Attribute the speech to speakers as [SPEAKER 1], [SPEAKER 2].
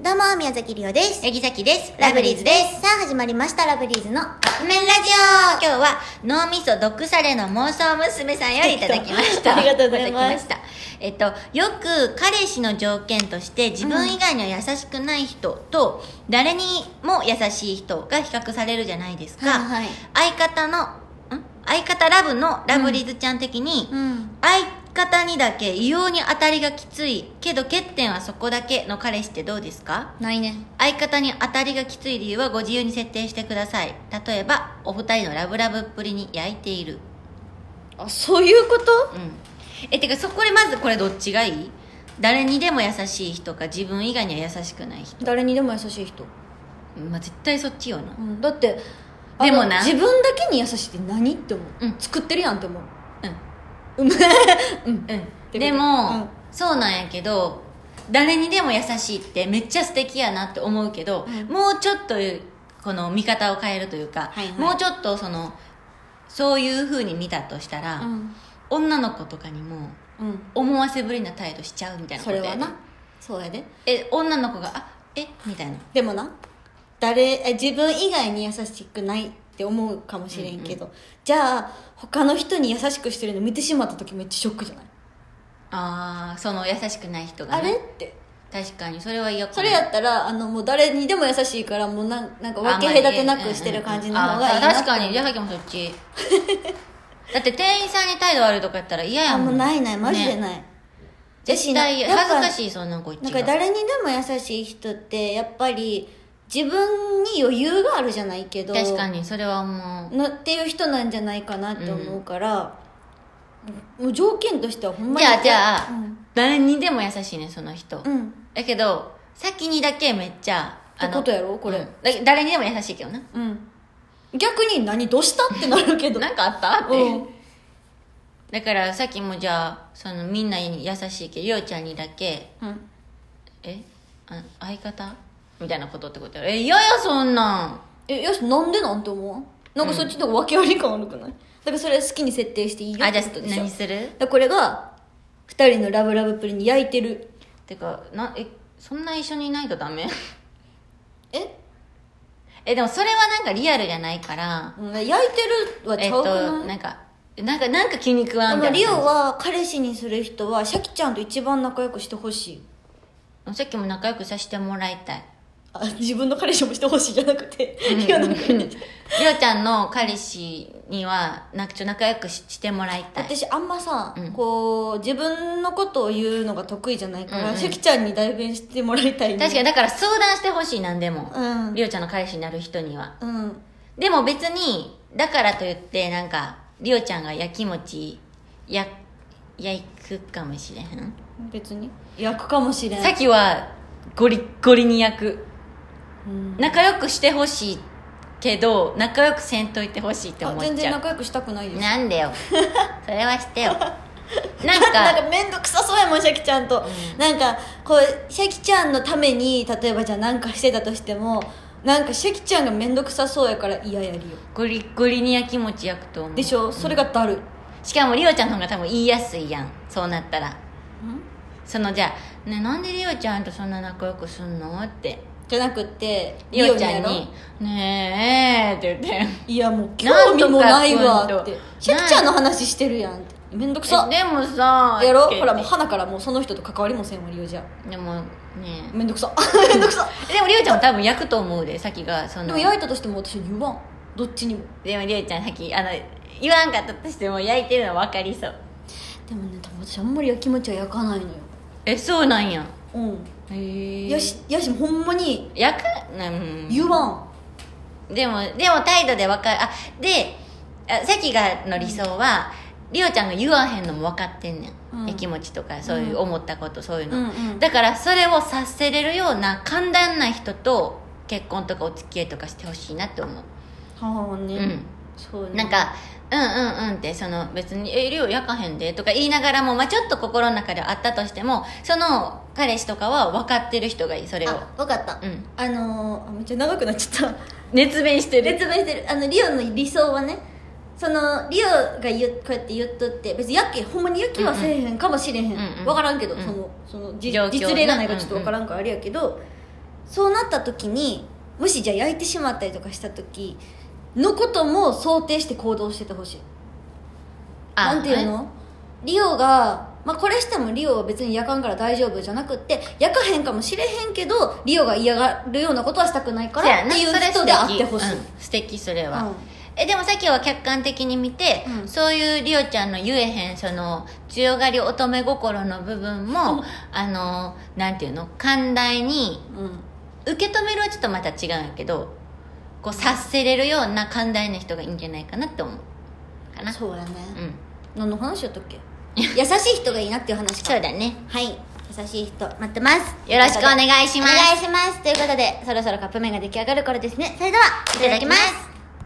[SPEAKER 1] どうも、宮崎りおです。
[SPEAKER 2] ヤギザキです。。
[SPEAKER 1] ラブリーズですす。さあ、始まりました、ラブリーズのカップ麺ラジ
[SPEAKER 2] 今日は脳みそ毒されの妄想娘さんよりいただきました。
[SPEAKER 1] ありがとうございます
[SPEAKER 2] ただきました。えっと、よく彼氏の条件として自分以外には優しくない人と、誰にも優しい人が比較されるじゃないです
[SPEAKER 1] オ
[SPEAKER 2] か。
[SPEAKER 1] い。
[SPEAKER 2] 相方の、ん相方ラブのラブリーズちゃん的に、
[SPEAKER 1] うん。
[SPEAKER 2] 相方にだけ異様に当たりがきついけど欠点はそこだけの彼氏ってどうですか
[SPEAKER 1] ないね。
[SPEAKER 2] 相方に当たりがきつい理由はご自由に設定してください例えばお二人のラブラブっぷりに焼いている
[SPEAKER 1] あ、そういうこと
[SPEAKER 2] うんえてかそこでまずこれどっちがいい誰にでも優しい人か自分以外には優しくない人、
[SPEAKER 1] 誰にでも優しい人。
[SPEAKER 2] まあ、絶対そっちよな
[SPEAKER 1] うん。だって、あ
[SPEAKER 2] で
[SPEAKER 1] の
[SPEAKER 2] もな
[SPEAKER 1] 自分だけに優しいって何って思う。
[SPEAKER 2] うん
[SPEAKER 1] 作ってるやんって思う。
[SPEAKER 2] うんでも、
[SPEAKER 1] うん
[SPEAKER 2] そうなんやけど誰にでも優しいってめっちゃ素敵やなって思うけど、
[SPEAKER 1] うん
[SPEAKER 2] もうちょっとこの見方を変えるというか、
[SPEAKER 1] はいはい
[SPEAKER 2] もうちょっとそのそういうふうに見たとしたら、
[SPEAKER 1] ん。
[SPEAKER 2] 女の子とかにも
[SPEAKER 1] うん。
[SPEAKER 2] 思わせぶりな態度しちゃうみたいなこ
[SPEAKER 1] そ
[SPEAKER 2] と
[SPEAKER 1] れ
[SPEAKER 2] やで
[SPEAKER 1] はな。そうやで。
[SPEAKER 2] え女の子が「あえみたいな
[SPEAKER 1] でもな、誰、え自分以外に優しくないって思うかもしれんけど、じゃあ、他の人に優しくしてるの見てしまった時めっちゃショックじゃない
[SPEAKER 2] あーその優しくない人が
[SPEAKER 1] あ
[SPEAKER 2] ね、
[SPEAKER 1] れって。
[SPEAKER 2] 確かにそれは嫌かも
[SPEAKER 1] それやったらあのもう誰にでも優しいからもうなんなんか分け隔てなくしてる感じの方がいい
[SPEAKER 2] あんまりうんうんうんあ
[SPEAKER 1] な
[SPEAKER 2] 確かにじゃあさっきもそっ ちだって店員さんに態度悪いとかやったら嫌や
[SPEAKER 1] あ
[SPEAKER 2] もん
[SPEAKER 1] もうないないマジで
[SPEAKER 2] ね
[SPEAKER 1] ない、
[SPEAKER 2] 絶対
[SPEAKER 1] やしな
[SPEAKER 2] 恥ず
[SPEAKER 1] やっぱ
[SPEAKER 2] かしいそんなこっ
[SPEAKER 1] なん
[SPEAKER 2] ち
[SPEAKER 1] か
[SPEAKER 2] が
[SPEAKER 1] 誰にでも優しい人ってやっぱり自分に余裕があるじゃないけど
[SPEAKER 2] 確かにそれはもう
[SPEAKER 1] なっていう人なんじゃないかなって思うから、もう条件としてはほんまに
[SPEAKER 2] じゃあじゃあ、
[SPEAKER 1] うん、
[SPEAKER 2] 誰にでも優しいねその人、
[SPEAKER 1] うん
[SPEAKER 2] だけど先にだけめっちゃ
[SPEAKER 1] ってことやろこれ
[SPEAKER 2] うんだけど誰にでも優しいけどな
[SPEAKER 1] うん逆に何どうしたってなるけど
[SPEAKER 2] なんかあったって、
[SPEAKER 1] うん
[SPEAKER 2] だからさっきもじゃあそのみんなに優しいけどりょうちゃんにだけ
[SPEAKER 1] うん
[SPEAKER 2] えあ相方みたいなことってことやろえ嫌やそんなん
[SPEAKER 1] えよしなんでなんて思わんなんかそっちの方が訳あり感悪くない、だからそれは好きに設定していいよ
[SPEAKER 2] あ
[SPEAKER 1] って
[SPEAKER 2] じゃあ
[SPEAKER 1] ことでしょ
[SPEAKER 2] 何する
[SPEAKER 1] だからこれが2人のラブラブっぷりに焼いてる
[SPEAKER 2] てかなえそんな一緒にいないとダメ
[SPEAKER 1] え、
[SPEAKER 2] えでもそれはなんかリアルじゃないから
[SPEAKER 1] うん焼いてるは
[SPEAKER 2] え
[SPEAKER 1] ち
[SPEAKER 2] っ
[SPEAKER 1] ゃう
[SPEAKER 2] と
[SPEAKER 1] くない、
[SPEAKER 2] なんかなんかなんか気に食わんみ
[SPEAKER 1] で
[SPEAKER 2] た
[SPEAKER 1] も
[SPEAKER 2] いな
[SPEAKER 1] リオは彼氏にする人はシャキちゃんと一番仲良くしてほしい
[SPEAKER 2] さっきも仲良くさせてもらいたい
[SPEAKER 1] あ自分の彼氏もしてほしいじゃなくて、 リオの彼 氏
[SPEAKER 2] りょうちゃんの彼氏にはなちょ仲良くししてもらいたい
[SPEAKER 1] 私あんまさ、
[SPEAKER 2] うん
[SPEAKER 1] こう自分のことを言うのが得意じゃないから、
[SPEAKER 2] うんうん
[SPEAKER 1] シャキちゃんに代弁してもらいたいね
[SPEAKER 2] 確かにだから相談してほしいなんでも、
[SPEAKER 1] うん
[SPEAKER 2] りおちゃんの彼氏になる人には
[SPEAKER 1] うん
[SPEAKER 2] でも別にだからといってなんかりおちゃんがやきもちや焼くかもしれへん、
[SPEAKER 1] 別に焼くかもしれん
[SPEAKER 2] さっきはゴリッゴリに焼く
[SPEAKER 1] うん
[SPEAKER 2] 仲良くしてほしいけど仲良くせんといてほしいって思
[SPEAKER 1] あ
[SPEAKER 2] っ
[SPEAKER 1] 全
[SPEAKER 2] ち
[SPEAKER 1] 然
[SPEAKER 2] ゃう
[SPEAKER 1] 仲良くしたくないです
[SPEAKER 2] なんでよそれはしてよなん
[SPEAKER 1] なん
[SPEAKER 2] か
[SPEAKER 1] か面倒くさそうやもんシャキちゃんと、なんかこうシャキちゃんのために例えばじゃあなんかしてたとしてもなんかシャキちゃんが面倒くさそうやから嫌やりよ
[SPEAKER 2] ゴリッゴリにやきもち焼くと思う
[SPEAKER 1] でしょそれがだるい、
[SPEAKER 2] しかもりおちゃんの方が多分言いやすいやんそうなったらそのじゃあ、ね、なんでりおちゃんとそんな仲良くすんのって
[SPEAKER 1] じゃなくって
[SPEAKER 2] りおちゃん
[SPEAKER 1] やろ
[SPEAKER 2] に「ねえ」って言って
[SPEAKER 1] いやもう興味もないわ
[SPEAKER 2] なん
[SPEAKER 1] っ
[SPEAKER 2] と
[SPEAKER 1] て
[SPEAKER 2] か
[SPEAKER 1] シャキちゃんの話してるやんって面倒くさ
[SPEAKER 2] えでもさ
[SPEAKER 1] やろ
[SPEAKER 2] って
[SPEAKER 1] ほ
[SPEAKER 2] 言って
[SPEAKER 1] らもう花からもうその人と関わりもせんわりよ じゃ
[SPEAKER 2] でもね
[SPEAKER 1] あ面倒くさ 面倒くさ
[SPEAKER 2] えでもりおちゃんも多分焼くと思うでさっきがその
[SPEAKER 1] でも焼いたとしても私言わんどっちにも
[SPEAKER 2] でもりおちゃんさっきあの言わんかったとしても焼いてるの分かりそう
[SPEAKER 1] でもね多分私あんまりやきもちは焼かないのよ
[SPEAKER 2] えそうなんや
[SPEAKER 1] うん
[SPEAKER 2] へえ
[SPEAKER 1] よしよしほんまに
[SPEAKER 2] 焼くなうん
[SPEAKER 1] 言わん
[SPEAKER 2] でもでも態度で分かるあであさきがの理想は、りおちゃんが言わへんのも分かってんね
[SPEAKER 1] うん
[SPEAKER 2] ん、やきもちとかそういう思ったこと、そういうの、
[SPEAKER 1] うんうん
[SPEAKER 2] だからそれを察せれるような簡単な人と結婚とかお付き合いとかしてほしいなって思う、
[SPEAKER 1] はあね、
[SPEAKER 2] うん
[SPEAKER 1] そうね
[SPEAKER 2] なんか「うんうんうん」ってその別に「えりおやかへんで」とか言いながらも、まあ、ちょっと心の中ではあったとしてもその彼氏とかは分かってる人がいいそれを
[SPEAKER 1] あ分かった、
[SPEAKER 2] うん
[SPEAKER 1] あのーあめっちゃ長くなっちゃった
[SPEAKER 2] 熱弁してる
[SPEAKER 1] 別名してるあのリオの理想はねそのリオが言うこうやって言っとって別にヤッキーほんまにヤッキーはせえへんかもしれへん、
[SPEAKER 2] うんうん
[SPEAKER 1] 分からんけど、
[SPEAKER 2] うん
[SPEAKER 1] そのそのじ
[SPEAKER 2] 状況ね
[SPEAKER 1] 実例がないからちょっと分からんからあれやけど、そうなった時にもしじゃあ焼いてしまったりとかした時のことも想定して行動しててほしい
[SPEAKER 2] あ
[SPEAKER 1] なんていうのリオが、まあ、これしてもリオは別に焼かんから大丈夫じゃなくって焼かへんかもしれへんけどリオが嫌がるようなことはしたくないか
[SPEAKER 2] そうや
[SPEAKER 1] らっ
[SPEAKER 2] な
[SPEAKER 1] ていう
[SPEAKER 2] それ
[SPEAKER 1] 人であってほしい、
[SPEAKER 2] 素敵うん素敵それは、
[SPEAKER 1] うん
[SPEAKER 2] えでもさっきは客観的に見て、
[SPEAKER 1] うん
[SPEAKER 2] そういうリオちゃんの言えへんその強がり乙女心の部分も、あのなんていうの寛大に
[SPEAKER 1] うん
[SPEAKER 2] 受け止めるはちょっとまた違うんやけどこう察せれるような寛大な人がいいんじゃないかなって思うかなう、
[SPEAKER 1] そうやね、
[SPEAKER 2] ん、
[SPEAKER 1] 何の話やったっけ優しい人がいいなっていう話か
[SPEAKER 2] そうだね
[SPEAKER 1] はい優しい人待ってます
[SPEAKER 2] よろしくお願いします
[SPEAKER 1] お願いしますということでそろそろカップ麺が出来上がる頃ですねそれではいただきます